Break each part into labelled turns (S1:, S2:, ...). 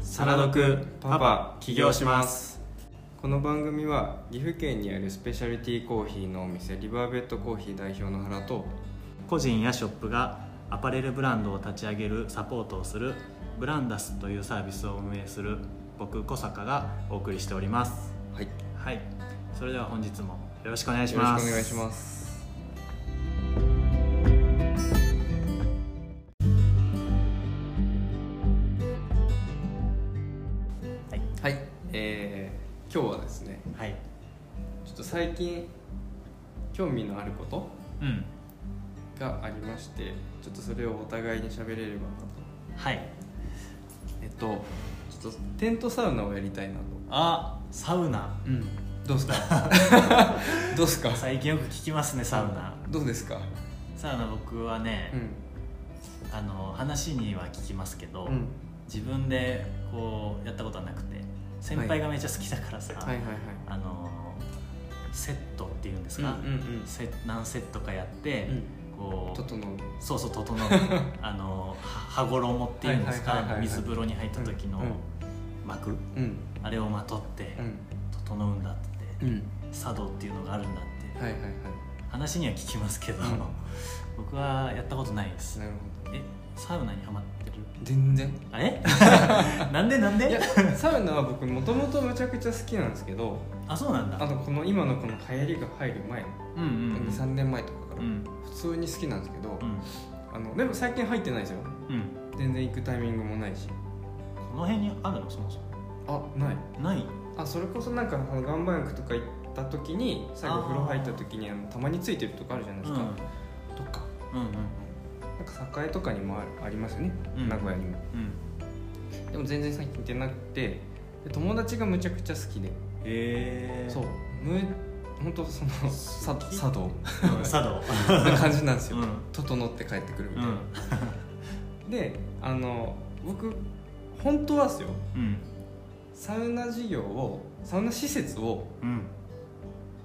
S1: サラドクパパ起業します
S2: この番組は岐阜県にあるスペシャリティコーヒーのお店リバーベッドコーヒー代表の原と
S3: 個人やショップがアパレルブランドを立ち上げるサポートをするブランダスというサービスを運営する僕小坂がお送りしております
S2: はいよ
S3: はいそれでは本日もよろしくお願い
S2: ろ
S3: し
S2: しくお
S3: ます
S2: 願いします
S3: はい
S2: はいえー、今日はですね
S3: はい
S2: ちょっと最近興味のあること
S3: うん
S2: がありましてちょっとそれをお互いに喋れればなと
S3: はい
S2: えっとちょっとテントサウナをやりたいなと
S3: あサウナ
S2: うんどうですか どうですか
S3: 最近よく聞きますねサウナ、
S2: どうですか
S3: サウナ僕はね、
S2: う
S3: あの話には聞きますけど、
S2: んうん
S3: 自分でこうやったことはなくて先輩がめっちゃ好きだからさ、
S2: はいはいはい
S3: あのセットっていうんです
S2: うんう
S3: か、
S2: ん
S3: せ何セットかやって、
S2: う
S3: こ
S2: ん
S3: う
S2: 整う
S3: そうそう整う あのは羽衣っていうんです
S2: はいはいはい
S3: か
S2: はい
S3: 水風呂に入った時の
S2: うん
S3: 膜、
S2: うん
S3: あれをまとって
S2: う
S3: 整うんだって、
S2: んうん
S3: 茶道っていうのがあるんだって、
S2: はいはいは
S3: 話には聞きますけど、
S2: うん
S3: 僕はやったことないです
S2: いなるほ
S3: えサウナにはまってる
S2: ど全然
S3: あ れなんでなん
S2: いや
S3: で
S2: サウナは僕もともとむちゃくちゃ好きなんですけど
S3: あそうなん
S2: あ
S3: だ
S2: のこの今のこの流行りが入る前、
S3: うんうんうん
S2: 23年前とかか
S3: う
S2: ら
S3: ん
S2: 普通に好きなんですけど、
S3: うん
S2: あのでも最近入ってないですよ
S3: うん
S2: 全然行くタイミングもないし
S3: この辺にあるのそもそ
S2: あない
S3: もない
S2: あそれこそなんかあの岩盤浴とか行った時に最後
S3: あー
S2: 風呂入った時にあのたまについてるとかあるじゃないですか、とか
S3: うんうん
S2: なんか栄とかにもあるありますよね、
S3: うん
S2: 名古屋にも
S3: うん
S2: でも全然最近行ってなくてで友達がむちゃくちゃ好きで
S3: へえ
S2: そうむ本当そのさ 茶道
S3: うん茶道
S2: な感じなんですよ、
S3: うん
S2: 整って帰ってくるみ
S3: う
S2: たいな、
S3: ん
S2: であの僕本当はですよ
S3: うん
S2: サウナ事業をサウナ施設を、
S3: うん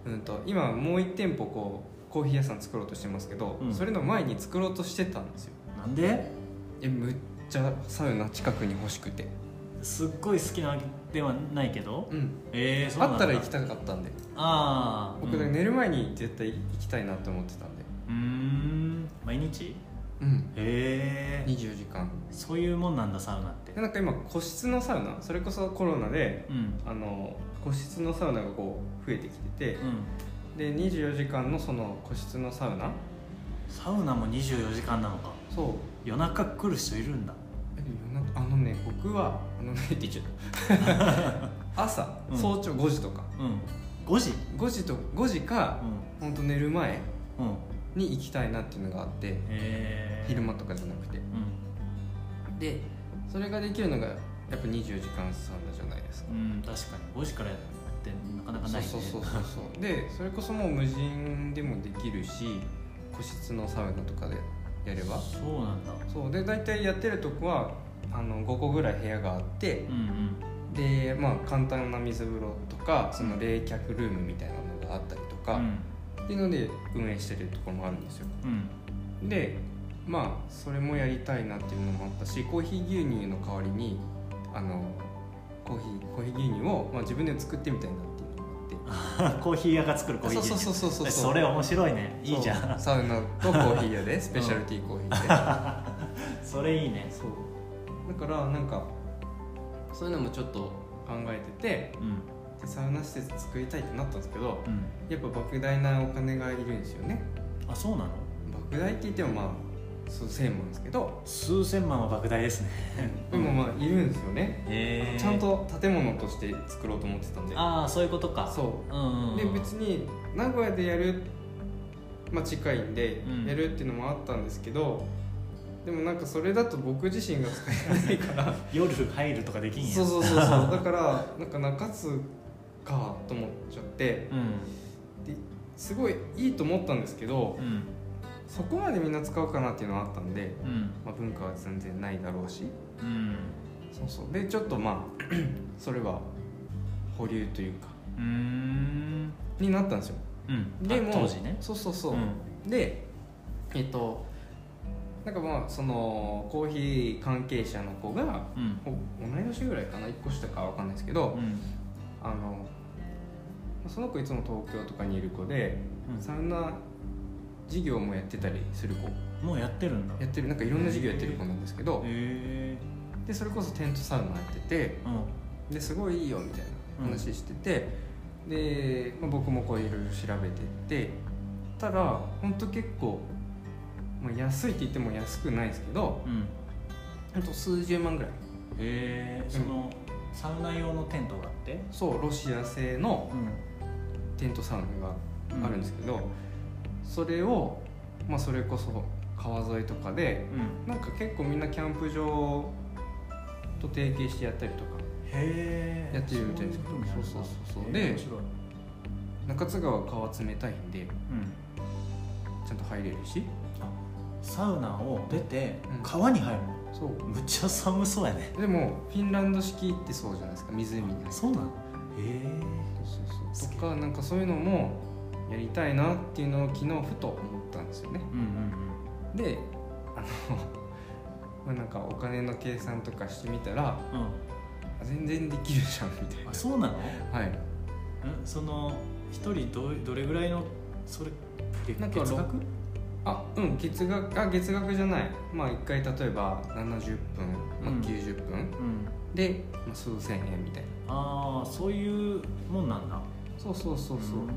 S2: うん、と今もう1店舗こうコーヒー屋さん作ろうとしてますけど、
S3: うん
S2: それの前に作ろうとしてたんですよ
S3: なんで
S2: えむっちゃサウナ近くに欲しくて、
S3: すっごい好きなわけではないけど
S2: うん、
S3: ええそうなん
S2: あ
S3: だ
S2: ったら行きたかったんで
S3: ああ
S2: 僕、だから寝る前に絶対行きたいなって思ってたんで、
S3: うんうーん毎日
S2: うん、
S3: へえ
S2: 24時間
S3: そういうもんなんだサウナって
S2: でなんか今個室のサウナそれこそコロナで
S3: うん
S2: あの個室のサウナがこう増えてきてて
S3: うん
S2: で24時間のその個室のサウナ
S3: サウナも24時間なのか
S2: そう
S3: 夜中来る人いるんだ
S2: え夜中あのね僕はあのねって言っち ゃった朝、
S3: うん
S2: 早朝5時とか
S3: うん5時
S2: 5時と5時か、ほんと寝る前
S3: うんうん
S2: に行きたいなっていうのがあって
S3: へえ
S2: 昼間とかじゃなくて
S3: う
S2: でそれができるのがやっぱ24時間サウナじゃないですか、
S3: ん、うん、確かに5時からやってなかなかないね
S2: そうそうそうそう そうでそれこそもう無人でもできるし個室のサウナとかでやれば
S3: そうなんだ
S2: そうで大体やってるとこはあの5個ぐらい部屋があって
S3: うんうん
S2: でまあ簡単な水風呂とかその冷却ルームみたいなのがあったりとか、
S3: うん
S2: っていうので運営してるところもあるんですよ
S3: うん
S2: でまあそれもやりたいなっていうのもあったしコーヒー牛乳の代わりにあのコーヒーコーヒー牛乳を、まあ、自分で作ってみたいなっていうのもあって
S3: コーヒー屋が作るコーヒー
S2: そう
S3: 牛
S2: そう
S3: 乳
S2: そうそうそう
S3: えそれ面白いねいいじゃん
S2: そうサウナとコーヒー屋でスペシャルティーコーヒーで、
S3: それいいね
S2: そうだからなんかそういうのもちょっと考えてて
S3: うん
S2: でサウナ施設作りたいってなったんですけど
S3: うん
S2: やっぱ莫大なお金がいるんですよね
S3: あそうなの
S2: 莫大って言ってもまあ数千万ですけど
S3: 数千万は莫大ですね
S2: でもまあいるんですよね、
S3: へえ
S2: ちゃんと建物として作ろうと思ってたんで
S3: ああそういうことか、
S2: そう
S3: んうん、
S2: で別に名古屋でやる、まあ、近いんで
S3: うん
S2: やるっていうのもあったんですけど、でもなんかそれだと僕自身が使えないから
S3: 夜入るとかできんや
S2: そうそうそうそうだからなんか中津かと思っちゃって
S3: うん
S2: すごいいいと思ったんですけど
S3: うん
S2: そこまでみんな使うかなっていうのはあったんで、
S3: うん
S2: まあ、文化は全然ないだろうし
S3: うん
S2: そうそうでちょっとまあ それは保留というか
S3: うーん
S2: になったんですよ
S3: うんあ
S2: でも
S3: 当時ね
S2: そうそうそう、
S3: ん
S2: でえっとなんかまあそのコーヒー関係者の子が
S3: うん
S2: お同い年ぐらいかな1個下かわかんないですけど、あのその子いつも東京とかにいる子で、
S3: うん
S2: サウナ事業もやってたりする子
S3: もうやってるんだ
S2: やってるなんかいろんな事業やってる子なんですけど、
S3: へえ
S2: でそれこそテントサウナやってて
S3: う
S2: ですごいいいよみたいな話してて、で、まあ、僕もこういろいろ調べてってたらほんと結構、まあ、安いって言っても安くないですけど
S3: んうん
S2: ほんと数十万ぐらい
S3: へえそのサウナ用のテントがあって
S2: そうロシア製のテントサウナがあるんですけど、それを、まあ、それこそ川沿いとかで
S3: うん
S2: なんか結構みんなキャンプ場と提携してやったりとか
S3: へえ
S2: やってるみたいですけどそうそうそうそうで
S3: 面白い
S2: 中津川川冷たいんで
S3: うん
S2: ちゃんと入れるし
S3: サウナを出て
S2: うん
S3: 川に入るの
S2: そう
S3: むっちゃ寒そうやね
S2: でもフィンランド式ってそうじゃないですか湖に入って
S3: そうなのへえ
S2: そうそう
S3: す
S2: そう
S3: げえ
S2: とかなんかそういうのもやりたいなっていうのを昨日ふと思ったんですよね
S3: うん
S2: であの まあなんかお金の計算とかしてみたら
S3: うんうん
S2: あ全然できるじゃんみたい
S3: あそうなの
S2: なはい
S3: んその一人どうどれぐらいのそれ月
S2: なんか
S3: 月額
S2: あうん月額あ月額じゃないまあ1回例えば70分、まあ
S3: うん
S2: 90分
S3: うん
S2: で、まあ、数千円みたいな
S3: ああそういうもんなんだ
S2: そうそうそうそう、
S3: ーん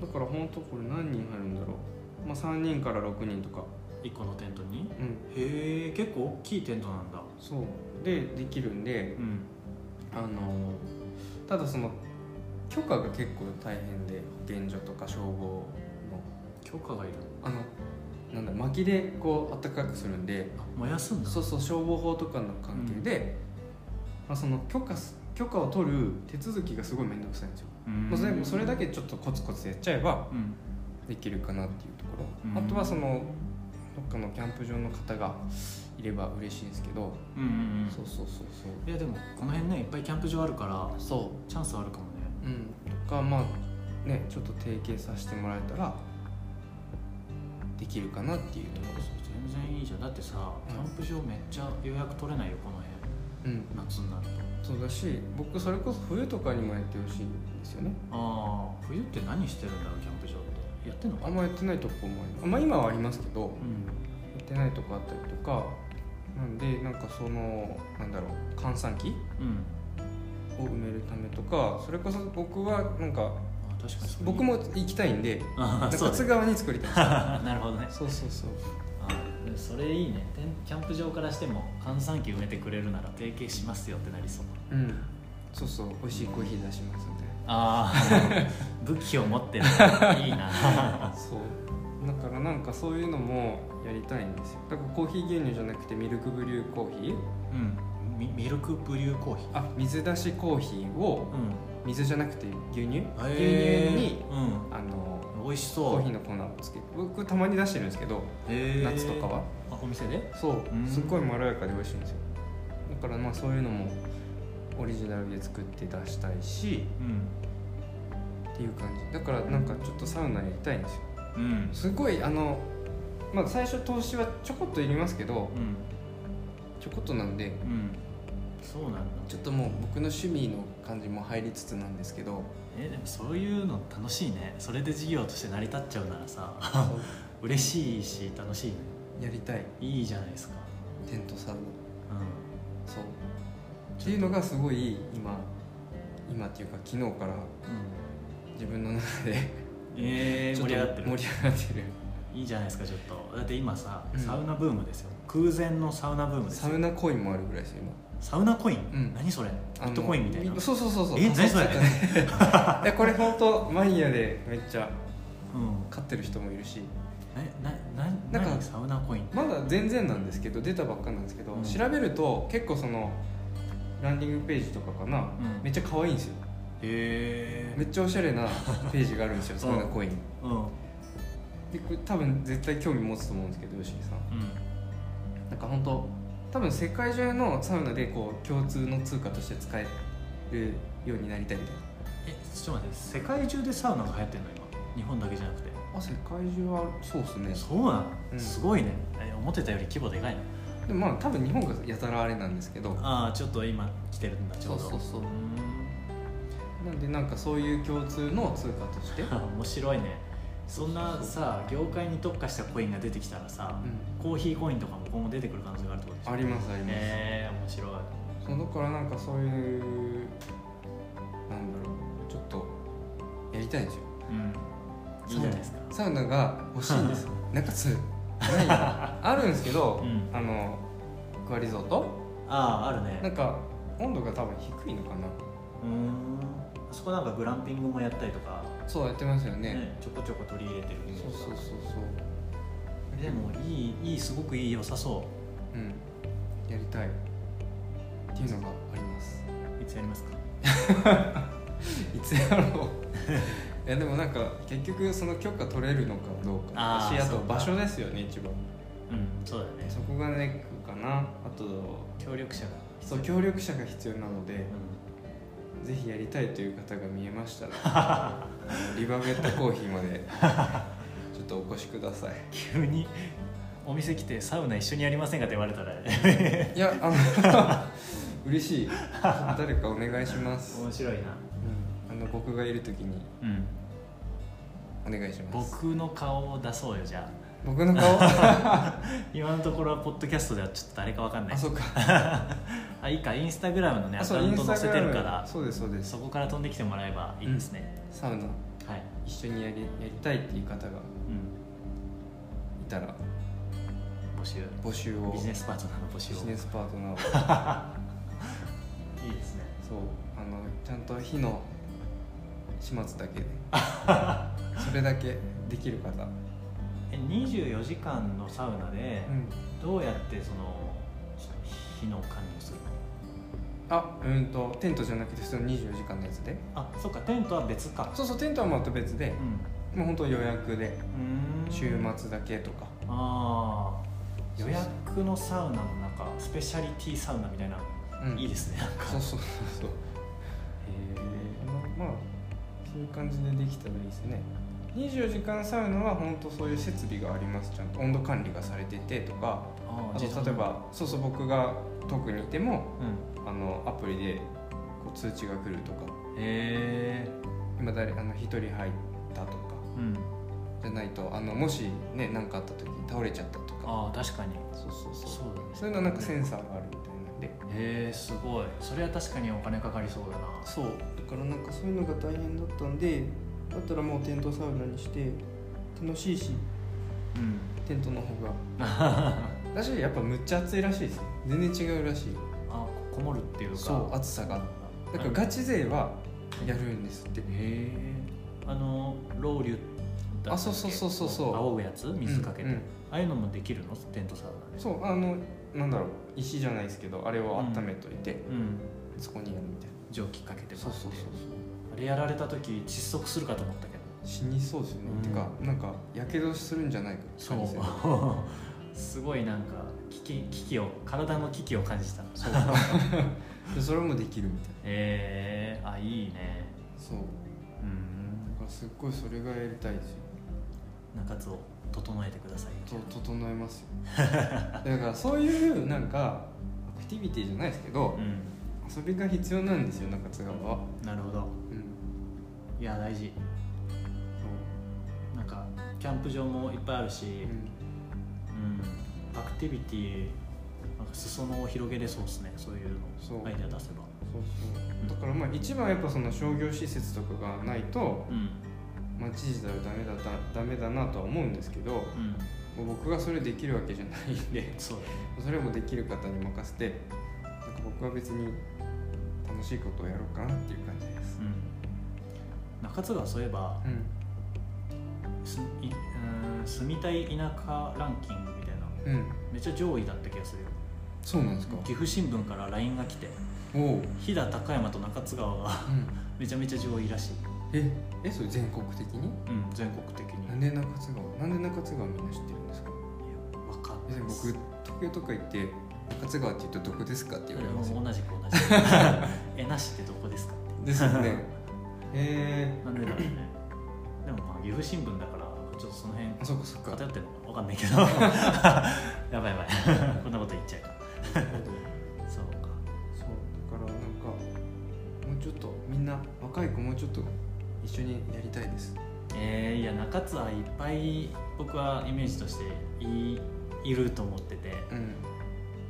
S2: だから本当これ何人入るんだろう、まあ、3人から6人とか
S3: 一個のテントに
S2: うん
S3: へえ結構大きいテントなんだ
S2: そうでできるんで
S3: うん
S2: あのただその許可が結構大変で保健所とか消防の
S3: 許可がいる
S2: あのなんだ薪でこう暖かくするんで
S3: あ燃やすんだ
S2: そうそう消防法とかの関係で、まあ、その許可す許可を取る手続きがすごい面倒くさいんですよ、
S3: うーん
S2: まあ、それもうそれだけちょっとコツコツやっちゃえば
S3: うん
S2: できるかなっていうところ、
S3: うん
S2: あとはそのどっかのキャンプ場の方がいれば嬉しいんですけど、
S3: うんうん
S2: そうそうそう
S3: うんいやでもこの辺ねいっぱいキャンプ場あるから
S2: そうそ
S3: チャンスあるかもね
S2: ううんとかまあねちょっと提携させてもらえたらできるかなっていうところです
S3: 全然いいじゃんだってさキャンプ場めっちゃ予約取れないよこの
S2: うん
S3: 辺夏になると
S2: そうだし僕それこそ冬とかにもやってほしいんですよね
S3: ああ冬って何してるんだろうキャンプ場ってやってんのか
S2: あん
S3: な
S2: まやってないとこもありますまあ今はありますけど、
S3: うん
S2: 行ってないとこあったりとかなんでなんかそのなんだろう閑散期
S3: うん
S2: を埋めるためとかそれこそ僕はなんか
S3: あ確かにそれいい
S2: 僕も行きたいんで
S3: ああそ
S2: 中
S3: うだ
S2: 津
S3: ね
S2: 川に作りたい
S3: なるほどね
S2: そうそうそう
S3: あーそれいいねテンキャンプ場からしても閑散期埋めてくれるなら提携しますよってなりそう
S2: うんそうそう美味しいコーヒー出しますみたい
S3: あ あ武器を持ってるのいいな
S2: なそうだからなんかそういうのもやりたいんですよだからコーヒー牛乳じゃなくてミルクブリューコーヒー
S3: うんミミルクブリューコーヒー
S2: あ水出しコーヒーを
S3: うん
S2: 水じゃなくて牛乳牛
S3: へー
S2: 乳に
S3: う
S2: あの
S3: ん美味し
S2: コ
S3: そう
S2: ーヒーの粉をつけて僕たまに出してるんですけど
S3: へー
S2: 夏とかは
S3: あお店で
S2: そう
S3: うん
S2: すっごいまろやかで美味しいんですよだからまあそういうのもオリジナルで作って出したいし
S3: うん
S2: っていう感じだからなんかちょっとサウナやりたいんですよ
S3: うん
S2: すごいあのまあ最初投資はちょこっといりますけど
S3: うん
S2: ちょこっとなんで
S3: うんそうなんだ
S2: ちょっともう僕の趣味の感じも入りつつなんですけど
S3: えでもそういうの楽しいねそれで事業として成り立っちゃうならさ
S2: そう
S3: 嬉しいし楽しいね
S2: やりたい
S3: いいじゃないですか
S2: テントサウナ
S3: う
S2: そうっていうのがすごい今今っていうか昨日か
S3: ん、
S2: ら
S3: うん、
S2: 自分の中で
S3: えー、
S2: ちょ
S3: 盛
S2: っ
S3: り上
S2: と
S3: がってる
S2: 盛り上がってる
S3: いいじゃないですかちょっとだって今さ
S2: うん
S3: サウナブームですよ、空前のサウナブームです
S2: サ
S3: よ
S2: ウナコインもあるぐらいですよ今
S3: サウナコイン、
S2: うん
S3: 何それビ
S2: あの
S3: ットコインみたいな、うん、
S2: そうそうそうそう
S3: え何それ
S2: そうそうそういやこれ本当マニアでめっちゃ買ってる人もいるし
S3: ななな
S2: なんか
S3: 何サウナコイン
S2: まだ全然なんですけど出たばっかなんですけど、
S3: うん
S2: 調べると結構そのランディングページとかかな、
S3: ん
S2: めっちゃ可愛いんですよ
S3: へ
S2: めっちゃおしゃ れなページがあるんですよサウナコイン
S3: うんうん
S2: でこれ多分絶対興味持つと思うんですけど吉井さんなんか本当多分世界中のサウナでこう共通の通貨として使えるようになりたいみたいな
S3: えちょっと待って世界中でサウナが流行ってんの今日本だけじゃなくて
S2: 世界中はそうですね
S3: そうなの、
S2: うん
S3: すごいねえ思ってたより規模でかいの
S2: でもまあ多分日本がやたらあれなんですけど
S3: ああちょっと今来てるんだちょうど
S2: そうそうそう
S3: ーん
S2: なんでなんかそういう共通の通貨 として、
S3: あ面白いねそんなさ業界に特化したコインが出てきたらさ、
S2: う
S3: コーヒーコインとかも今後出てくる可能性があるってことでしょ
S2: ん、ありますあります、
S3: えー、面白い
S2: そうだからなんかそういうなんだろうちょっとやりたいでしょ
S3: うんいいじゃないですか
S2: サウナが欲しいんですなん かそうないのあるんですけど、
S3: うん
S2: あのクアリゾート
S3: ああある
S2: な
S3: ね
S2: んか温度が多分低いのかな
S3: うーんあそこなんかグランピングもやったりとか、
S2: そうやってますよね
S3: ねちょこちょこ取り入れてるイメージ
S2: そ
S3: が
S2: うそうそうそう
S3: でもいいいいすごくいい良さそ
S2: うんやりたいっていうのがあります
S3: ういつやりますか
S2: いつやろう いやでもなんか結局その許可取れるのかどうか
S3: あー
S2: 私あと
S3: そうか
S2: 場所ですよね一番
S3: うんそうだよね
S2: そこがネックかなあと
S3: 協力者が
S2: そう協力者が必要なので
S3: う、ん
S2: ぜひやりたいという方が見えましたらあ のリバベットコーヒーまでちょっとお越しください
S3: 急にお店来てサウナ一緒にやりませんかって言われ たら
S2: いやあの嬉しい誰かお願いします、
S3: 面白いな
S2: うんあの僕がいる時に
S3: うん
S2: お願いします
S3: 僕の顔を出そうよじゃ
S2: 僕 の顔
S3: あ今のところはポッドキャストではちょっと誰かわかんない
S2: あそうか
S3: あいいかインスタグラムのね
S2: あ
S3: アカ
S2: そう
S3: ウ
S2: イ
S3: ン
S2: ン
S3: ト
S2: スタ
S3: 載せ
S2: グ
S3: て
S2: ラ
S3: る
S2: ム
S3: から
S2: そうですそうです
S3: そこから飛んできてもらえばいいですね、
S2: サウナ
S3: はい、
S2: 一緒にやりやりたいっていう方が
S3: う
S2: いたら
S3: ん、募集
S2: 募集を
S3: ビジネスパートナーの募集
S2: ビ
S3: を
S2: ジネスパートナーを
S3: いいですね
S2: そうあのちゃんと火の始末だ けでそれだけできる方
S3: え24時間のサウナで
S2: うん
S3: どうやってその火の管理をするの
S2: あうんとテントじゃなくてその24時間のやつで
S3: あそっかテントは別か
S2: そうそうテントはまた別で
S3: うん
S2: もう本当予約で
S3: うーん
S2: 週末だけとか
S3: ああ予約のサウナの中スペシャリティサウナみたいな、
S2: うん
S3: いいですねなんか
S2: そうそうそうそう
S3: へえ
S2: まあそういう感じでできたらいいですね24時間サウナは本当そういう設備がありますちゃんと温度管理がされててとか
S3: あ
S2: あ
S3: ー
S2: と
S3: 自動
S2: 例えばそうそう僕が遠くにいても
S3: うん
S2: あのアプリでこう通知が来るとか
S3: へえ
S2: 今誰あの一人入ったとか
S3: うん
S2: じゃないとあのもしね何かあった時に倒れちゃったとか
S3: ああ確かに
S2: そうそうそう
S3: そうだね
S2: そういうのはなんかセンサーがあるみたいなんで
S3: へえすごいそれは確かにお金かかりそうだな
S2: そうだからなんかそういうのが大変だったんでだったらもうテントサウナにして楽しいし
S3: うん
S2: テントの方が だしやっぱむっちゃ暑いらしいですね全然違うらしい
S3: あこもるっていうか
S2: そう暑さがだからガチ勢はやるんですって
S3: へえあのロウリュ
S2: あそうそうそうそうそう
S3: 仰ぐやつ水かけて、
S2: うんうん
S3: ああいうのもできるのテントサウナで
S2: そうあのなんだろう石じゃないですけどあれを温めといて、
S3: うん
S2: そこにやるみたい
S3: 蒸気かけて
S2: な
S3: もらって
S2: そう
S3: あれやられた時窒息するかと思ったけど
S2: 死にそうですよね、
S3: うん
S2: てかなんかやけどするんじゃないかって感じで
S3: すごいなんか危機危機を体の危機を感じた
S2: そうでそれもできるみたいな
S3: えー、あいいね
S2: そう
S3: うん
S2: だからすっごいそれがやりたい ですよ
S3: 中津を整えてください
S2: と整えますよだからそういうなんかアクティビティじゃないですけど、
S3: うん
S2: 遊びが必要なんですよ中津川は
S3: なるほど
S2: うん
S3: いや大事
S2: そ
S3: なんかキャンプ場もいっぱいあるし、
S2: う、うん、
S3: うん、アクティビティなんか裾野を広げれそうですねそういう
S2: そう
S3: のアイデア出せば
S2: そうそうだからまあ一番やっぱその商業施設とかがないと
S3: うん
S2: まあ知事だよダメだだダメだなとは思うんですけど
S3: うん
S2: もう僕がそれできるわけじゃないんで
S3: そうだね
S2: それもできる方に任せてなんか僕は別に楽しいことをやろうかなっていう感じです
S3: うん中津川そういえば
S2: う
S3: すいうん住みたい田舎ランキングみたいなん
S2: うん
S3: めっちゃ上位だった気がするよ
S2: そうなんですか
S3: 岐阜新聞から LINE が来て
S2: おおう、うん、
S3: 飛騨高山と中津川が めちゃめちゃ上位らしい、
S2: ええそれ全国的に
S3: うん、全国的に
S2: なんで中津川なんで中津川みんな知ってるんですか
S3: わかん
S2: 別に
S3: ない
S2: 僕東京とか行って中津川って言うとどこですかって言われますよ
S3: うん同じく同じく えなしってどこですか
S2: ですよねへえ
S3: なんでだろうねでもまあ岐阜新聞だからちょっとその辺
S2: あそっかそっか
S3: 偏ってるのか分かんないけどやばいやばい こんなこと言っちゃうから
S2: なるほど
S3: そうか
S2: そうだからなんかもうちょっとみんな若い子もうちょっと一緒にやりたいです
S3: えー、いや中津はいっぱい僕はイメージとしていいると思ってて
S2: うんうん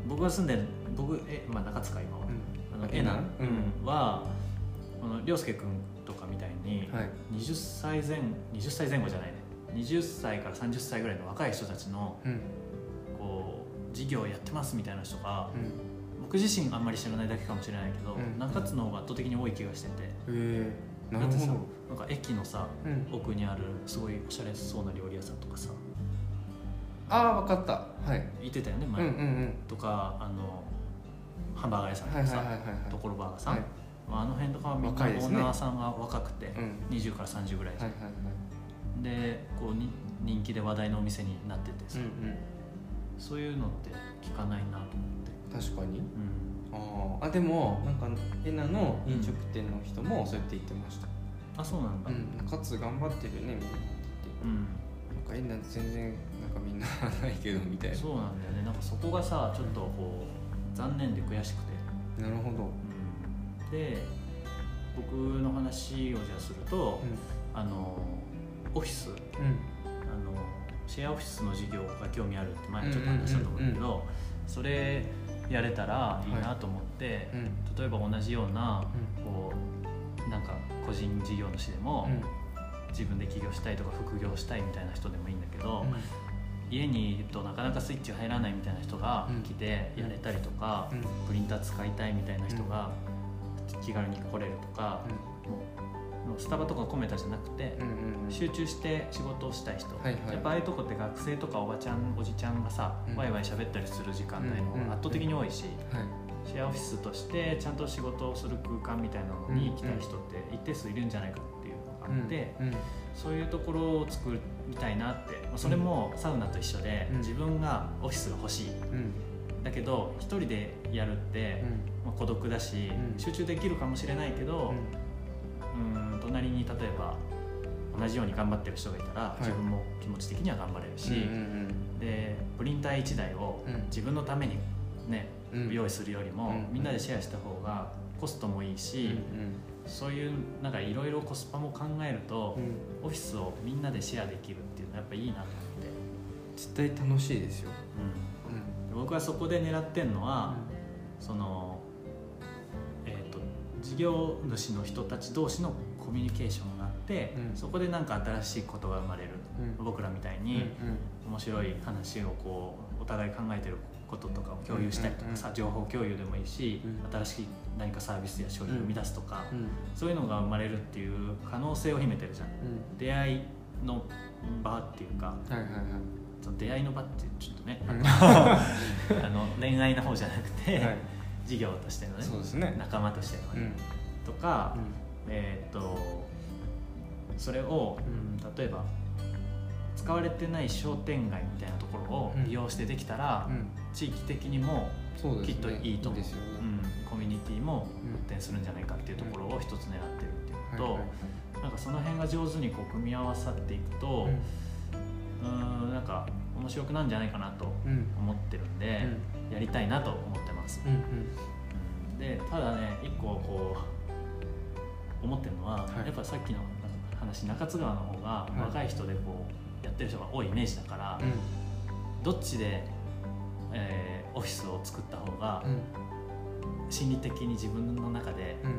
S3: 僕が住んでる僕え、まあ、中津か今は、あの
S2: え
S3: え
S2: な
S3: な、うん、はこの涼介君とかみたいに、
S2: はい
S3: 20歳前20歳前後じゃないね20歳から30歳ぐらいの若い人たちの
S2: うん
S3: こう事業やってますみたいな人が
S2: うん
S3: 僕自身あんまり知らないだけかもしれないけど、
S2: うん
S3: 中津の方が圧倒的に多い気がしてて
S2: えー、なる
S3: だって
S2: ほ
S3: さ
S2: ど
S3: なんか駅のさ
S2: うん
S3: 奥にあるすごいおしゃれそうな料理屋さんとかさ
S2: ああ分かったはい
S3: 行ってたよね
S2: うん
S3: 前、
S2: うんうん
S3: とかあのハンバーガー屋さんと
S2: はい
S3: か
S2: はい
S3: さ、
S2: はいはいはい
S3: ところバーガーさん、
S2: はい
S3: まあ、あの辺とかはみんな
S2: 若
S3: オ
S2: いです
S3: ー
S2: ね
S3: ナーさんが若くて、
S2: うん
S3: 20から30ぐらい
S2: はいはいはい
S3: で,、でこうに人気で話題のお店になってて
S2: う
S3: さ、
S2: んうん
S3: そういうのって聞かないなと思って、
S2: 確かに
S3: うん、
S2: あーあでもなんかエナの飲食店の人もそうやって言ってました、
S3: あそうなんだ、
S2: うんかつ頑張ってるねみんなって
S3: うん
S2: 言ってなんかエナ全然なんかみんな ないけどみたい
S3: そうなんだよねなんかそこがさちょっとこう残念で悔しくて、
S2: ななるほど、
S3: うん、で僕の話をじゃあすると、あのオフィス
S2: うんう
S3: あ
S2: ん
S3: のシェアオフィスの事業が興味あるって前にちょっと話したと思うんだけど、
S2: うん
S3: それやれたらいいなと思って、
S2: うん
S3: 例えば同じようなこうなんか個人事業主でも、
S2: うん
S3: 自分で起業したいとか副業したいみたいな人でもいいんだけど、
S2: うん
S3: 家にいるとなかなかスイッチ入らないみたいな人が
S2: うん
S3: 来てやれたりとか、
S2: うん
S3: プリンター使いたいみたいな人が気軽に来れるとか、もうもうスタバとかコメダじゃなくて。
S2: うんうんうん
S3: 集中して仕事をしたい人、
S2: はいはい
S3: やっぱああいうとこって学生とかおばちゃんおじちゃんがさ、
S2: うん
S3: ワイワイ喋ったりする時間帯の方
S2: うんうん
S3: が圧倒的に多いし、
S2: はい
S3: シェアオフィスとしてちゃんと仕事をする空間みたいなのに来たい人って一定数いるんじゃないかっていうのがあって、
S2: うんうん
S3: そういうところを作りたいなってまあそれもサウナと一緒で、
S2: うん
S3: 自分がオフィスが欲しい
S2: うん
S3: だけど一人でやるって、まあ孤独だし、
S2: うん
S3: 集中できるかもしれないけど、うん隣に例えば同じように頑張ってる人がいたら、
S2: い
S3: 自分も気持ち的には頑張れるし、
S2: うんうん
S3: でプリンター1台を
S2: うん
S3: 自分のためにね、
S2: うん
S3: 用意するよりも、
S2: うん
S3: みんなでシェアした方がコストもいい
S2: うん
S3: し、そういうなんかいろいろコスパも考えると
S2: うんう、ん
S3: オフィスをみんなでシェアできるっていうのはやっぱいいなと思って、
S2: 絶対楽しいですよ、
S3: うんで僕はそこで狙ってんのは、そのえっ、と事業主の人たち同士のコミュニケーションがあって、
S2: うん
S3: そこでなんか新しいことが生まれる、
S2: うん
S3: 僕らみたいに、面白い話をこうお互い考えてることとかを共有したりとかさ、情報共有でもいいし、
S2: うん
S3: 新しい何かサービスや商品を生み出すとか、
S2: うんうん
S3: そういうのが生まれるっていう可能性を秘めてるじゃん
S2: うん
S3: 出会いの場っていうか
S2: はいはいはい
S3: その出会いの場ってちょっとね、
S2: うん
S3: あの恋愛の方じゃなくて、
S2: はい
S3: 事業としてのね
S2: そうですね
S3: 仲間としての
S2: う
S3: ね、
S2: ん
S3: とか、
S2: うん
S3: えーっとそれを、うん例えば使われてない商店街みたいなところを
S2: うん
S3: 利用してできたら、
S2: うん
S3: 地域的にも、
S2: そうですね
S3: きっといいと思う
S2: ですよね
S3: う、んコミュニティも発展するんじゃないかっていうところを一つ狙ってるっていうのと、
S2: はいはい
S3: なんかその辺が上手にこう組み合わさっていくと、
S2: はい
S3: うん、なんか面白くなるんじゃないかなと
S2: うんうん
S3: 思ってるんで、やりたいなと思ってます、
S2: うん
S3: うんでただね一個こう思ってるのは、
S2: は
S3: や
S2: い
S3: っぱさっきの話中津川の方が
S2: い
S3: 若い人でこうやってる人が多いイメージだから、
S2: うん
S3: どっちで、えーオフィスを作った方が
S2: うん
S3: 心理的に自分の中で
S2: うんうん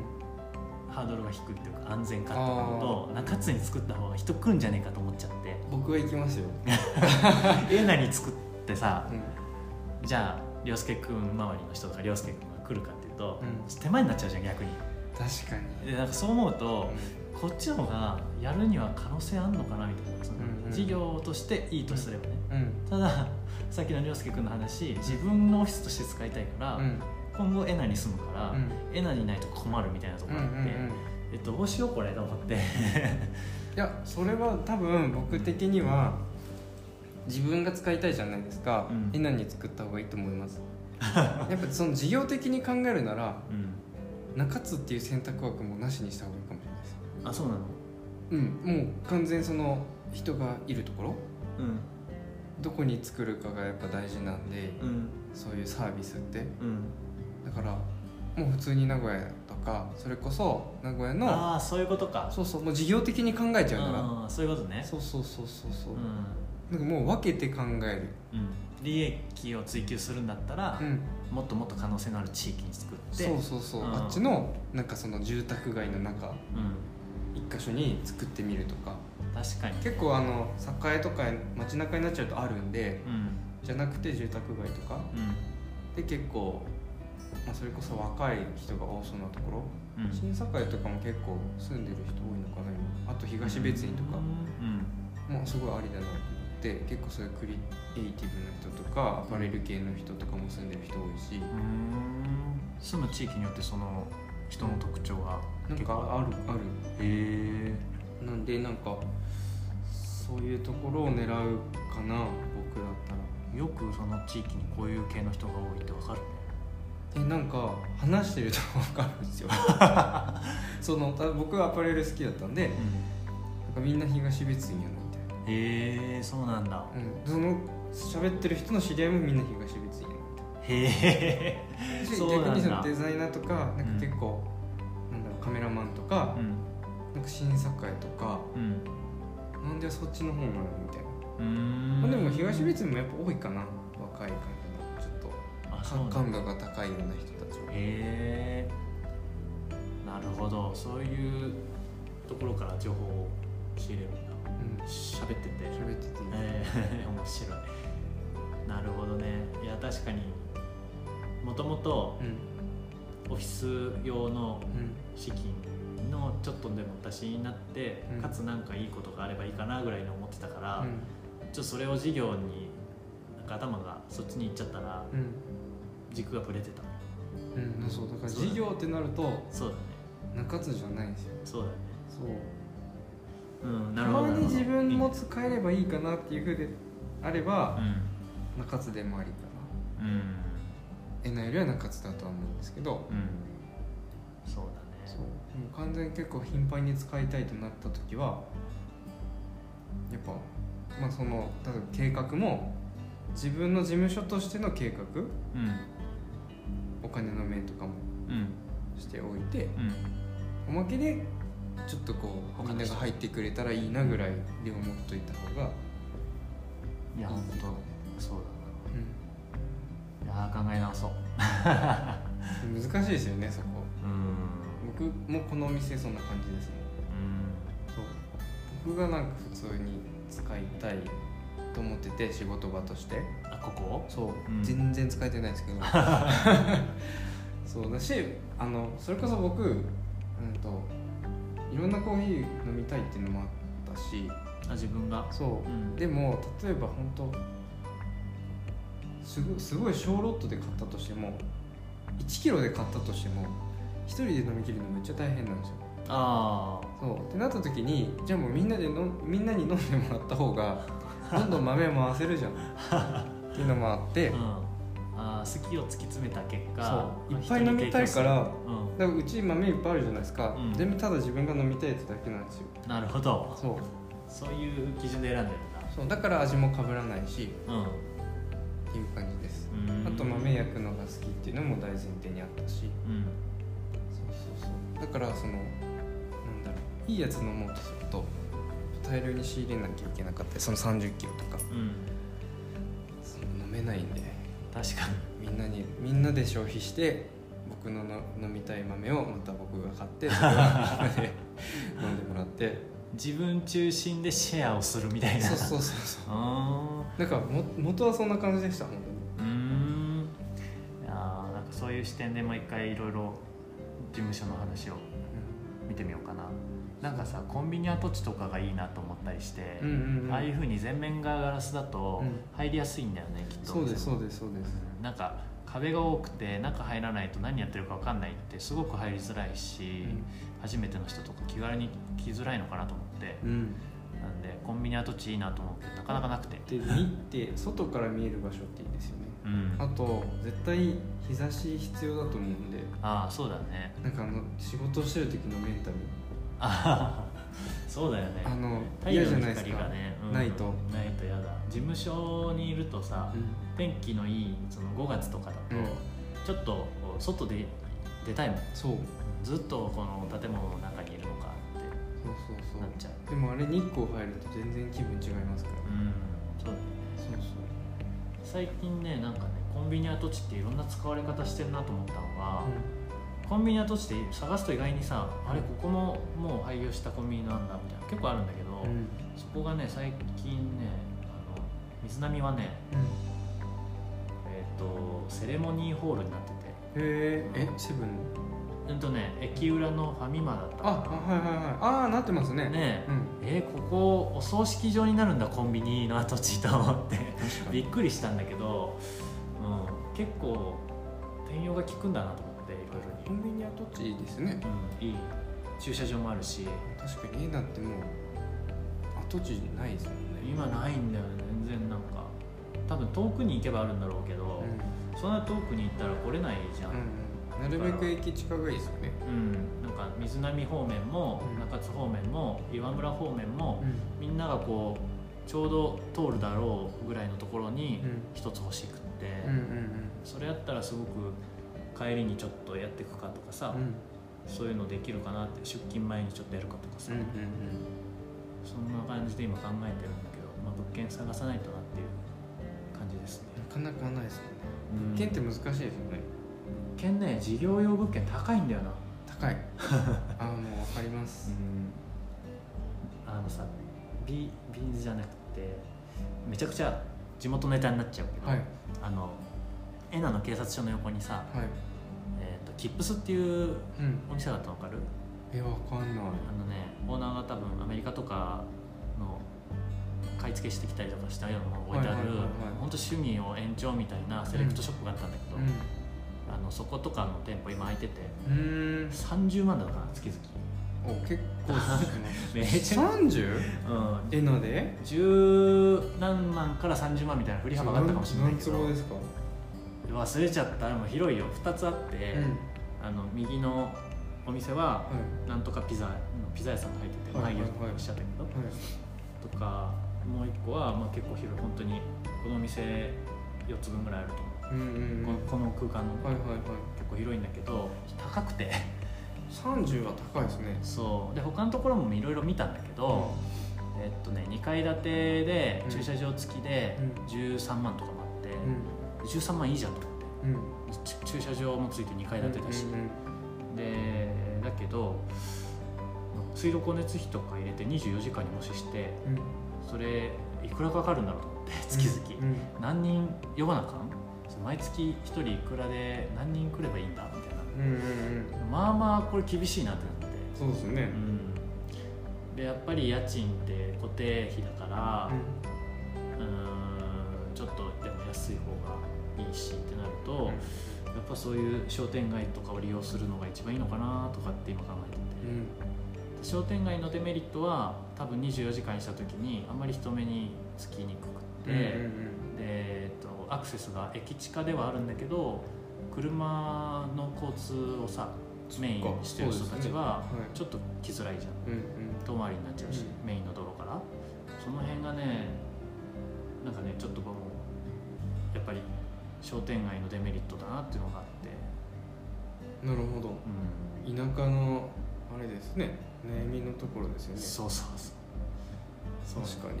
S3: ハードルが低いっていうか安全かってことと中津に作った方が人来るんじゃねえかと思っちゃって
S2: 僕は行きますよ、
S3: えなに作ってさ
S2: うん
S3: じゃあ涼介君周りの人とか涼介君が来るかっていうと、
S2: う
S3: 手前になっちゃうじゃん逆に
S2: 確かに
S3: でなんかそう思うと、こっちの方がやるには可能性あんのかなみたいなその
S2: うんうん
S3: 事業としていいとすればね、
S2: うん
S3: たださっきの涼介君の話自分のオフィスとして使いたいから、
S2: うん
S3: 今後エナに住むから、
S2: うん
S3: エナにないと困るみたいなとこ
S2: うんう
S3: ろ
S2: んう
S3: があって、
S2: ん
S3: えどうしようこれと思って
S2: いやそれは多分僕的には自分が使いたいじゃないですか、
S3: うん
S2: えなに作った方がいいと思いますやっぱその事業的に考えるなら
S3: うん
S2: 中津っていう選択枠もなしにした方がいいかもしれないです
S3: あそうなの
S2: うんもう完全その人がいるところ
S3: うん
S2: どこに作るかがやっぱ大事なんで、
S3: うん
S2: そういうサービスって
S3: うん
S2: だからもう普通に名古屋とかそれこそ名古屋の
S3: ああそういうことか
S2: そうそうもう事業的に考えちゃうか
S3: うんそういうこと
S2: ら
S3: ね
S2: そうそうそうそうそう、
S3: ん
S2: なんかもう分けて考え
S3: うん、利益を追求するんだったら、
S2: る、うん、
S3: もっともっと可能性のある地域に作って
S2: そうそうそう、
S3: うん
S2: あっちのなんかその住宅街の中
S3: うん、
S2: 一箇所に作ってみるとか
S3: 確かに、
S2: 結構あの栄とか街中になっちゃうとあるんで
S3: うん
S2: じゃなくて住宅街とかで結構、まあ、それこそ若い人が多そうなところ
S3: うんうん、
S2: 新栄とかも結構住んでる人多いのかな今あと東別院とか
S3: うん
S2: もすごいありだなと思って結構そういうクリエイティブな人とかアパレル系の人とかも住んでる人多いし
S3: うん住む地域によってその人の特徴が
S2: なんかあるあ
S3: へえ
S2: るなんでなんかそういうところを狙うかな僕だったら
S3: よくその地域にこういう系の人が多いってわかるね
S2: えなんか話してると分かるんで すよそのた僕はアパレル好きだったんでなんかみんな東別院やなみたいな、
S3: うんへえそうなんだ
S2: うん、その喋ってる人の知り合いもみんな東別院やな
S3: へえ
S2: みた いな
S3: そうなんだ
S2: 逆にそのデザイナーとかなんか結構、なんだろうカメラマンとか
S3: う、ん
S2: なんか審査会とか
S3: うん
S2: なんでそっちの方なのみたいな、
S3: うーん
S2: まあ、でも東別院もやっぱ多いかな若い感じのちょっ
S3: あそうな
S2: と
S3: んだ
S2: 感度が高いような人たちは
S3: へえなるほどそういうところから情報を仕入れるんだ
S2: うん
S3: 喋ってて
S2: 喋ってていい
S3: えー 面白いなるほどねいや確かにもともと
S2: うん
S3: オフィス用の
S2: うん
S3: 資金のちょっとでも足しになって、
S2: うん
S3: かつなんかいいことがあればいいかなぐらいに思ってたから、
S2: うん
S3: ちょっとそれを事業になんか頭がそっちに行っちゃったら
S2: うん
S3: 軸がぶれてた
S2: うん、そうだから
S3: そうだね
S2: 事業ってなると
S3: そうだね
S2: 中津じゃないんですよ
S3: そうだね
S2: そう
S3: うんな
S2: た
S3: るほど
S2: ま
S3: なる
S2: に
S3: ほど
S2: 自分も使えればいいかなっていうふうであれば
S3: う
S2: 中津でもありかなん
S3: うん
S2: えなよりは中津だとは思うんですけど
S3: うんそう
S2: そ
S3: だ
S2: う
S3: ね
S2: もう完全に結構頻繁に使いたいとなった時はやっぱまあその例えば計画も自分の事務所としての計画
S3: う
S2: お金の面とかも
S3: んうん
S2: しておいて
S3: うん
S2: おまけでちょっとこうみんなが入ってくれたらいいなぐらいで思っといた方が
S3: いや本当そう
S2: う、
S3: だないや考え直そうん
S2: 難しいですよねそこ
S3: うん
S2: 僕もこのお店そんな感じですねそう僕がなんか普通に使いたいと思ってて仕事場として
S3: あここ
S2: そう、
S3: うん
S2: 全然使えてないですけどそうだしあのそれこそ僕、うん、といろんなコーヒー飲みたいっていうのもあったし
S3: あ自分が
S2: そうう、
S3: ん
S2: でも例えば本当すごすごい小ロットで買ったとしても1キロで買ったとしても1人で飲み切るのめっちゃ大変なんですよ
S3: ああ
S2: そうってなった時にじゃあもうみんなでのみんなに飲んでもらった方がどんどん豆回せるじゃんっていうのもあって
S3: うんあー好きを突き詰めた結果
S2: そういっぱい飲みたいからだか
S3: う
S2: らうち豆いっぱいあるじゃないですか、
S3: うん
S2: 全部ただ自分が飲みたいやつだけなんですよ
S3: んなるほど
S2: そう
S3: そういう基準で選んでるん
S2: そうだから味もかぶらないし
S3: だ
S2: っていう感じです
S3: うんうん
S2: あと豆焼くのが好きっていうのも大前提にあったし
S3: うん
S2: そうそうそうだからそのなんだろういいやつ飲もうとすると大量に仕入れなきゃいけなかったりその3 0キロとか
S3: うん
S2: その飲めないんで
S3: 確か
S2: みんなにみんなで消費して僕のの飲みたい豆をまた僕が買ってそれ はみんなで飲んでもらって
S3: に自分中心でシェアをするみたいな
S2: そうそうそうそう
S3: あ
S2: なんかも元はそんな感じでした本
S3: ーうーんいやーなんかそういう視点でもう一回いろいろ事務所の話を見てみようかななんかさコンビニ跡地とかがいいなと思ったりして、
S2: 当に、うん、うんうんうん
S3: ああいうふうに全面がガラスだと
S2: うん
S3: 入りやすいんだよね、きっと
S2: そうですそうですそうです
S3: うんなんか壁が多くて中入らないと何やってるか分かんないってすごく入りづらいし、初めての人とか気軽に来づらいのかなと思って、
S2: うん、うん
S3: なんでコンビニ跡地いいなと思うけどなかなかなくて
S2: で見て外から見える場所っていいですよね
S3: うん
S2: あと絶対日差し必要だと思うんで
S3: ああそうだね
S2: なんかあの仕事してる時のメンタル
S3: ああそうだよね
S2: あの
S3: 太陽
S2: 嫌じゃ
S3: の
S2: ないです
S3: 光
S2: か
S3: がね
S2: ないと
S3: ないとやだ事務所にいるとさ、
S2: うん
S3: 天気のいいその5月とかだと、
S2: うん
S3: ちょっと外で出たいもん
S2: そう
S3: ずっとこの建物の中にいるのかっ
S2: そうそう
S3: て
S2: そう
S3: なっちゃう
S2: でもあれ日光入ると全然気分違いますから、
S3: うんそう
S2: そうそ
S3: 最近ねなんかねコンビニ跡地っていろんな使われ方してるなと思ったのが
S2: う、
S3: コンビニ跡地って探すと意外にさあれここももう廃業したコンビニなんだみたいな結構あるんだけど、
S2: うんうん
S3: そこがね最近ねあの水波はねえっ、とセレモニーホールになってて
S2: へええセブンの
S3: うんとね駅裏のファミマだったか
S2: あ
S3: な
S2: あはいはいはいああなってますね
S3: ね
S2: うん
S3: えーここお葬式場になるんだコンビニの跡地と思って
S2: 確か
S3: び
S2: に
S3: っくりしたんだけど、うん、結構転用が効くんだなと思っていろい
S2: コ
S3: ろに、
S2: ンビニ跡地ですね
S3: うん、いい駐車場もあるし
S2: 確かにだってもう跡地ないですもんね
S3: 今ないんだよね全然なんか多分遠くに行けばあるんだろうけど、
S2: う
S3: そんな遠くに行ったら来れないじゃん、
S2: ん、うん、なるべく駅近がいいですよね
S3: うん、なんか水波方面も
S2: うん
S3: 中津方面も岩村方面も
S2: うん
S3: みんながこうちょうど通るだろうぐらいのところに一つ欲しくって、
S2: うんうん
S3: それやったらすごく帰りにちょっとやっていくかとかさ、
S2: うんうん
S3: そういうのできるかなって出勤前にちょっとやるかとかさ、
S2: うん
S3: そんな感じで今考えてるんだけど、まあ、物件探さないとなっていう感じですね。
S2: なかなかないですよね物件って難しいですよね
S3: 物件ね事業用物件高いんだよな。
S2: 高いああもうわかります
S3: あのさビビーンズじゃなくてめちゃくちゃ地元ネタになっちゃうけど、
S2: はい
S3: あのエナの警察署の横にさ、
S2: はい
S3: えー、とキップスっていう
S2: うん
S3: お店だったの分かる
S2: えわかんない
S3: あのねオーナーが多分アメリカとかの買い付けしてきたりとかしたようなのが置いてある
S2: はいはいはいはい
S3: 本当趣味を延長みたいなセレクトショップがあったんだけど、
S2: う
S3: あのそことかの店舗今空いてて
S2: んうーん
S3: 30万だったかな月々
S2: お結構します
S3: めちゃく
S2: 30?
S3: うん、
S2: えので
S3: 十何万から30万みたいな振り幅があったかもしれないけ
S2: 何
S3: ど
S2: 坪ですか
S3: 忘れちゃったでも広いよ2つあって、
S2: うん
S3: あの右のお店は
S2: はい
S3: なんとかピザのピザ屋さんが入ってて
S2: は
S3: 前
S2: いはい
S3: に
S2: はい
S3: おっしゃったけど、
S2: はい
S3: とかもう1個は、まあ、結構広い本当にこのお店4つ分ぐらいあると思
S2: うんうんうん
S3: う、このこの空間の、
S2: はいはいはい
S3: 結構広いんだけど高くて
S2: 30は高いですね
S3: そうで他のところもいろいろ見たんだけど、えっとね2階建てで
S2: うん
S3: 駐車場付きで
S2: うん
S3: 13万とかもあって、
S2: う
S3: 13万いいじゃんと思って
S2: んうん
S3: ち駐車場もついて2階建てだし、
S2: うんうんうん
S3: でだけど水道光熱費とか入れて24時間にもしして
S2: うん
S3: それいくらかかるんだろうと思って月々、
S2: うん
S3: 何人呼ばなあかんその毎月1人いくらで何人来ればいいんだみたい
S2: うんうんうん
S3: なまあまあこれ厳しいなってなって、
S2: そうですね
S3: うん、でやっぱり家賃って固定費だから、うーんちょっとでも安い方がいいしってなると、やっぱそういう商店街とかを利用するのが一番いいのかなとかって今考えて
S2: う
S3: て、
S2: ん
S3: 商店街のデメリットは多分24時間にした時にあんまり人目につきにくくて、
S2: うん
S3: でえっとアクセスが駅地下ではあるんだけど車の交通をさメインにしてる人たちは
S2: そうですねはい
S3: ちょっと来づらいじゃん、
S2: うんうん
S3: 遠回りになっちゃうし、
S2: う
S3: メインの道路からその辺がねなんかねちょっとこうやっぱり商店街のデメリットだなっていうのがあって、
S2: うんなるほど
S3: うん、
S2: 田舎のあれですね悩みのところですよね
S3: そうそうそうそう
S2: 確かに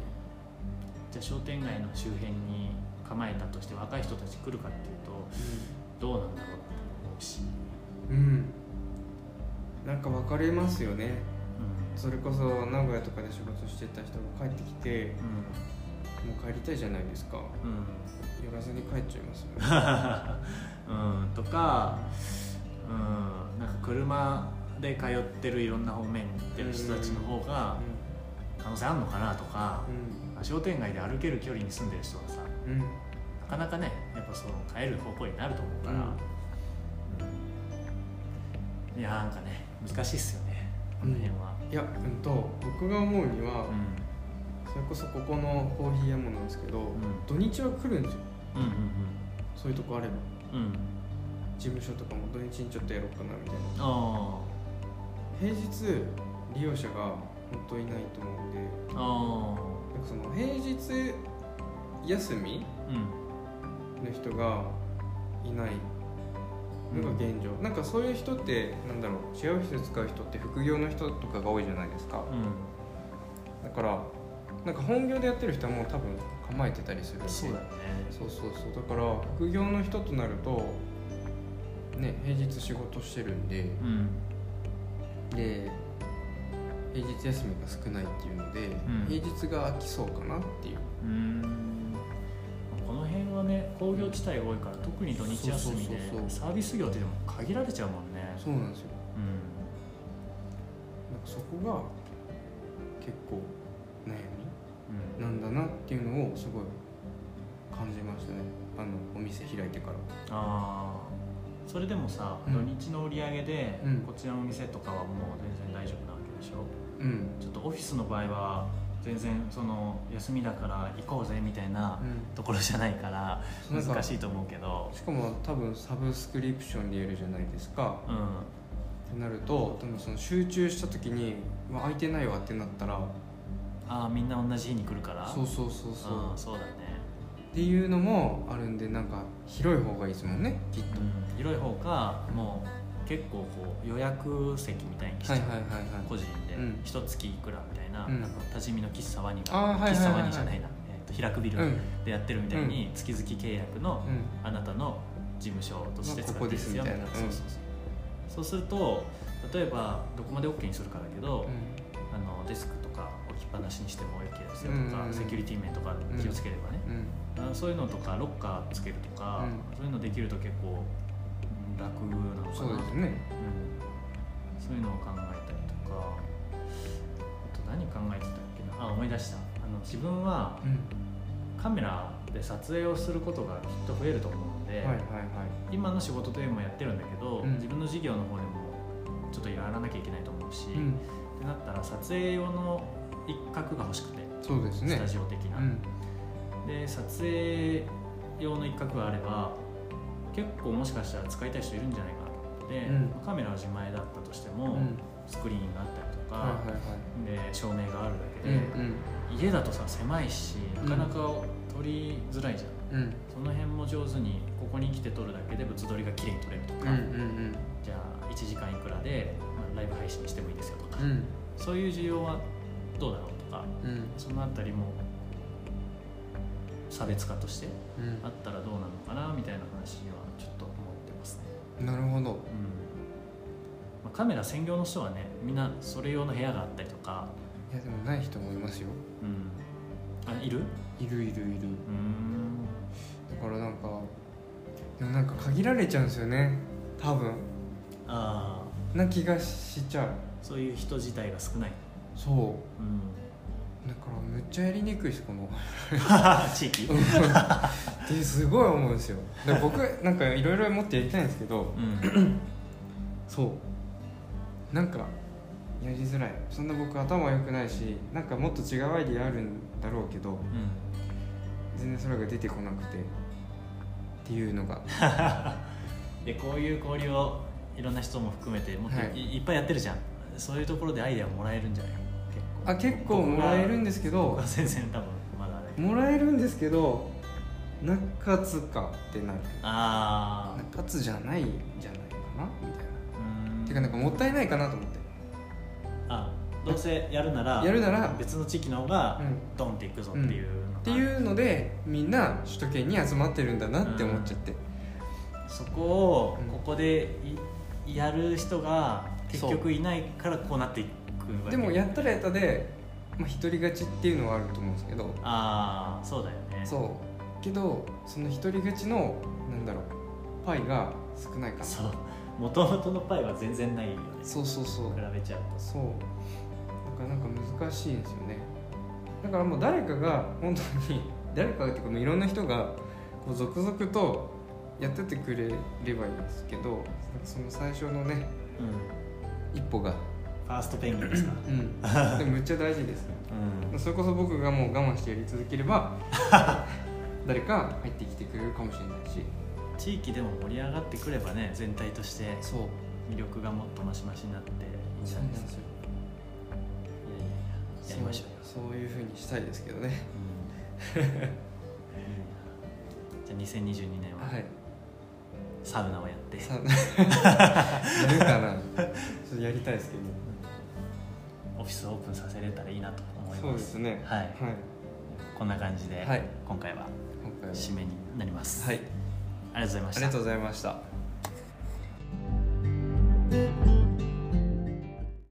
S3: じゃあ商店街の周辺に構えたとして若い人たち来るかっていうとどうなんだろうって思うし、
S2: うんうんなんか分かれますよね
S3: う
S2: それこそ名古屋とかで仕事してた人が帰ってきて
S3: ん
S2: もう帰りたいじゃないですか
S3: うん
S2: 寄らずに帰っちゃいますよね
S3: うん、うん、とか、うん、なんか車で通ってるいろんな方面に行ってる人たちの方が可能性あんのかなとか、商店街で歩ける距離に住んでる人はさ
S2: うんうんうん
S3: なかなかねやっぱその帰る方向になると思うから、うんいやなんかね難しいっすよねこの辺は。
S2: いやうんと僕が思うに
S3: う
S2: は、
S3: ん
S2: それこそここのコーヒー屋もなんですけど、
S3: ん
S2: 土日は来るんですよ
S3: うんうん
S2: そういうとこあれば
S3: うんうん
S2: 事務所とかも土日にちょっとやろうかなみたいな
S3: あ
S2: 平日利用者が本当いないと思うんで
S3: あ
S2: なんかその平日休み
S3: あうん
S2: の人がいないのが現状、なんかそういう人ってなんだろうシェアオフィス使う人って副業の人とかが多いじゃないですかだからなんか本業でやってる人はもう多分構えてたりす
S3: う
S2: る
S3: ん
S2: し
S3: そうだよね
S2: そうそうそうだから副業の人となるとね平日仕事してるんで
S3: うん
S2: で平日休みが少ないっていうので、
S3: ん
S2: 平日が飽きそうかなっていう
S3: うーんこの辺はね工業地帯が多いから特に土日休みで
S2: そうそうそうそう
S3: サービス業ってでも限られちゃうもんね
S2: そうなんですよ
S3: う
S2: なんかそこが結構悩
S3: ん
S2: みなんだなっていうのをすごい感じましたねあのお店開いてから
S3: あーそれでもさ、
S2: うん
S3: 土日の売り上げで、
S2: うん
S3: こちらのお店とかはもう全然大丈夫なわけでしょ
S2: うん
S3: ちょっとオフィスの場合は全然その休みだから行こうぜみたいなところじゃないから
S2: うんなんか
S3: 難しいと思うけど
S2: しかも多分サブスクリプションでやるじゃないですか
S3: うん
S2: ってなると多分その集中した時に「うわ空いてないわ」ってなったら
S3: ああみんな同じ日に来るから
S2: そうそうそうそう、
S3: う
S2: っ
S3: んそうだね、
S2: ていうのもあるんでなんか広い方がいいですもんねきっと、
S3: うん、広い方かもう結構こう予約席みたいにしちゃう、
S2: はいはいはいはい
S3: 個人で
S2: うん
S3: 一月いくらみたいな、
S2: うん
S3: あの多治見の喫茶ワニが、
S2: あーはいはいはいはい
S3: 喫茶ワニじゃないな、えっと開くビル
S2: うん
S3: でやってるみたいに、月々契約の
S2: うん
S3: あなたの事務所として使っていいですよ
S2: ま
S3: み
S2: あ
S3: たいな、
S2: ここですみたい
S3: そ
S2: な
S3: うそうそうそうすると例えばどこまで OK にするかだけど、あのデスクとか置きっぱなしにしても OK ですよとか、
S2: うんうんうん
S3: セキュリティ面とか気をつければね、
S2: うんうん
S3: あそういうのとかロッカーつけるとか、
S2: うん
S3: そういうのできると結構うん楽なのかな
S2: そうですね
S3: うんそういうのを考えたりとかあと何考えてたっけなあ思い出したあの自分は
S2: うん
S3: カメラで撮影をすることがきっと増えると思うので、
S2: はいはいはい
S3: 今の仕事でもやってるんだけど、
S2: うん
S3: 自分の事業の方でもちょっとやらなきゃいけないと思うし、
S2: う
S3: っ
S2: ん
S3: てなったら撮影用の一角が欲しくて、
S2: そうです
S3: ス
S2: ね
S3: タジオ的な、
S2: うん
S3: で撮影用の一角があれば結構もしかしたら使いたい人いるんじゃないかなと思って、
S2: うん
S3: カメラは自前だったとして
S2: う
S3: も、
S2: ん
S3: スクリーンがあったりとか、
S2: はいはいは
S3: で照明があるだけ
S2: い
S3: で、
S2: うん
S3: 家だとさ狭いしな
S2: うん
S3: かなか撮りづらいじゃん、
S2: うんうん
S3: その辺も上手にここに来て撮るだけで物撮りが綺麗に撮れると
S2: うんう
S3: か、
S2: ん
S3: じゃあ1時間いくらで、まあライブ配信してもいいですよとか、
S2: うん
S3: そういう需要はどうだろうとか
S2: うん
S3: そのあたりも差別化として
S2: うん
S3: あったらどうなのかなみたいな話はちょっと思ってますね、
S2: なる
S3: う
S2: ほど
S3: んまあ、カメラ専業の人はねみんなそれ用の部屋があったりとか、
S2: いやでもない人もいますよ
S3: うん、あいる
S2: いるいるいる
S3: うん
S2: だからなんかでもなんか限られちゃうんですよね多分
S3: ああ
S2: な気がしちゃう
S3: そういう人自体が少ない、
S2: そ
S3: うん、
S2: うだからむっちゃやりにくいしこの
S3: 地域
S2: うんってすごい思うんですよで僕なんかいろいろもっとやりたいんですけど
S3: うん
S2: そうなんかやりづらいそんな僕頭良くないしなんかもっと違うアイディアあるんだろうけど全然それが出てこなくてっていうのが
S3: でこういう交流をいろんな人も含めてもっとい,、、
S2: はい
S3: っぱいやってるじゃんそういうところでアイデアもらえるんじゃない
S2: あ結構もらえるんですけ
S3: 僕
S2: ど
S3: は全然多分まだあれ
S2: もらえるんですけど中津かってなる
S3: あ
S2: 中津じゃないんじゃないかなみたい
S3: あ
S2: な
S3: うん
S2: てかなんかもったいないかなと思って
S3: あどうせやるなら
S2: やるなら
S3: 別の地域の方が
S2: うん
S3: ドンっていくぞっていうのが
S2: っていうのでみんな首都圏に集まってるんだなって思っちゃって
S3: そこを
S2: うん
S3: ここでいやる人が結局いないからこうなっていくわけ
S2: でもやったらやったで、まあ、独り勝ちっていうのはあると思うんですけど
S3: ああそうだよね
S2: そうけどその独り勝ちのなんだろうパイが少ないかな
S3: そう元々のパイは全然ないよね
S2: そうそうそう
S3: 比べちゃうと
S2: そうだからなんか難しいんですよねだからもう誰かが本当に 誰かがっていうかもういろんな人がこう続々とやってってくれればいいんですけどその最初のね
S3: うん
S2: 一歩が、
S3: ファーストペンギンですか
S2: うん、でもめっちゃ大事ですね
S3: うん
S2: それこそ僕がもう我慢してやり続け れば誰か入ってきてくれるかもしれないし
S3: 地域でも盛り上がってくればね全体として
S2: そう
S3: 魅力がもっとマシマシになっていいんじ
S2: そ
S3: ゃ
S2: う
S3: な
S2: ないん
S3: で
S2: ですす
S3: か
S2: よ
S3: いやいやいややりましょうよ、
S2: そうそういうふうにしたいですけどね
S3: うんいいなじゃあ2022年は
S2: はい
S3: サウナをやって、
S2: さやるかなちょっとやりたいですけど
S3: うんオフィスをオープンさせれたらいいなと思います
S2: そうですね
S3: はい、
S2: はい
S3: こんな感じで、
S2: はい
S3: 今回は
S2: 今回は
S3: 締めになります、
S2: はい
S3: ありがとうございまし
S2: あり
S3: た
S2: がとうございました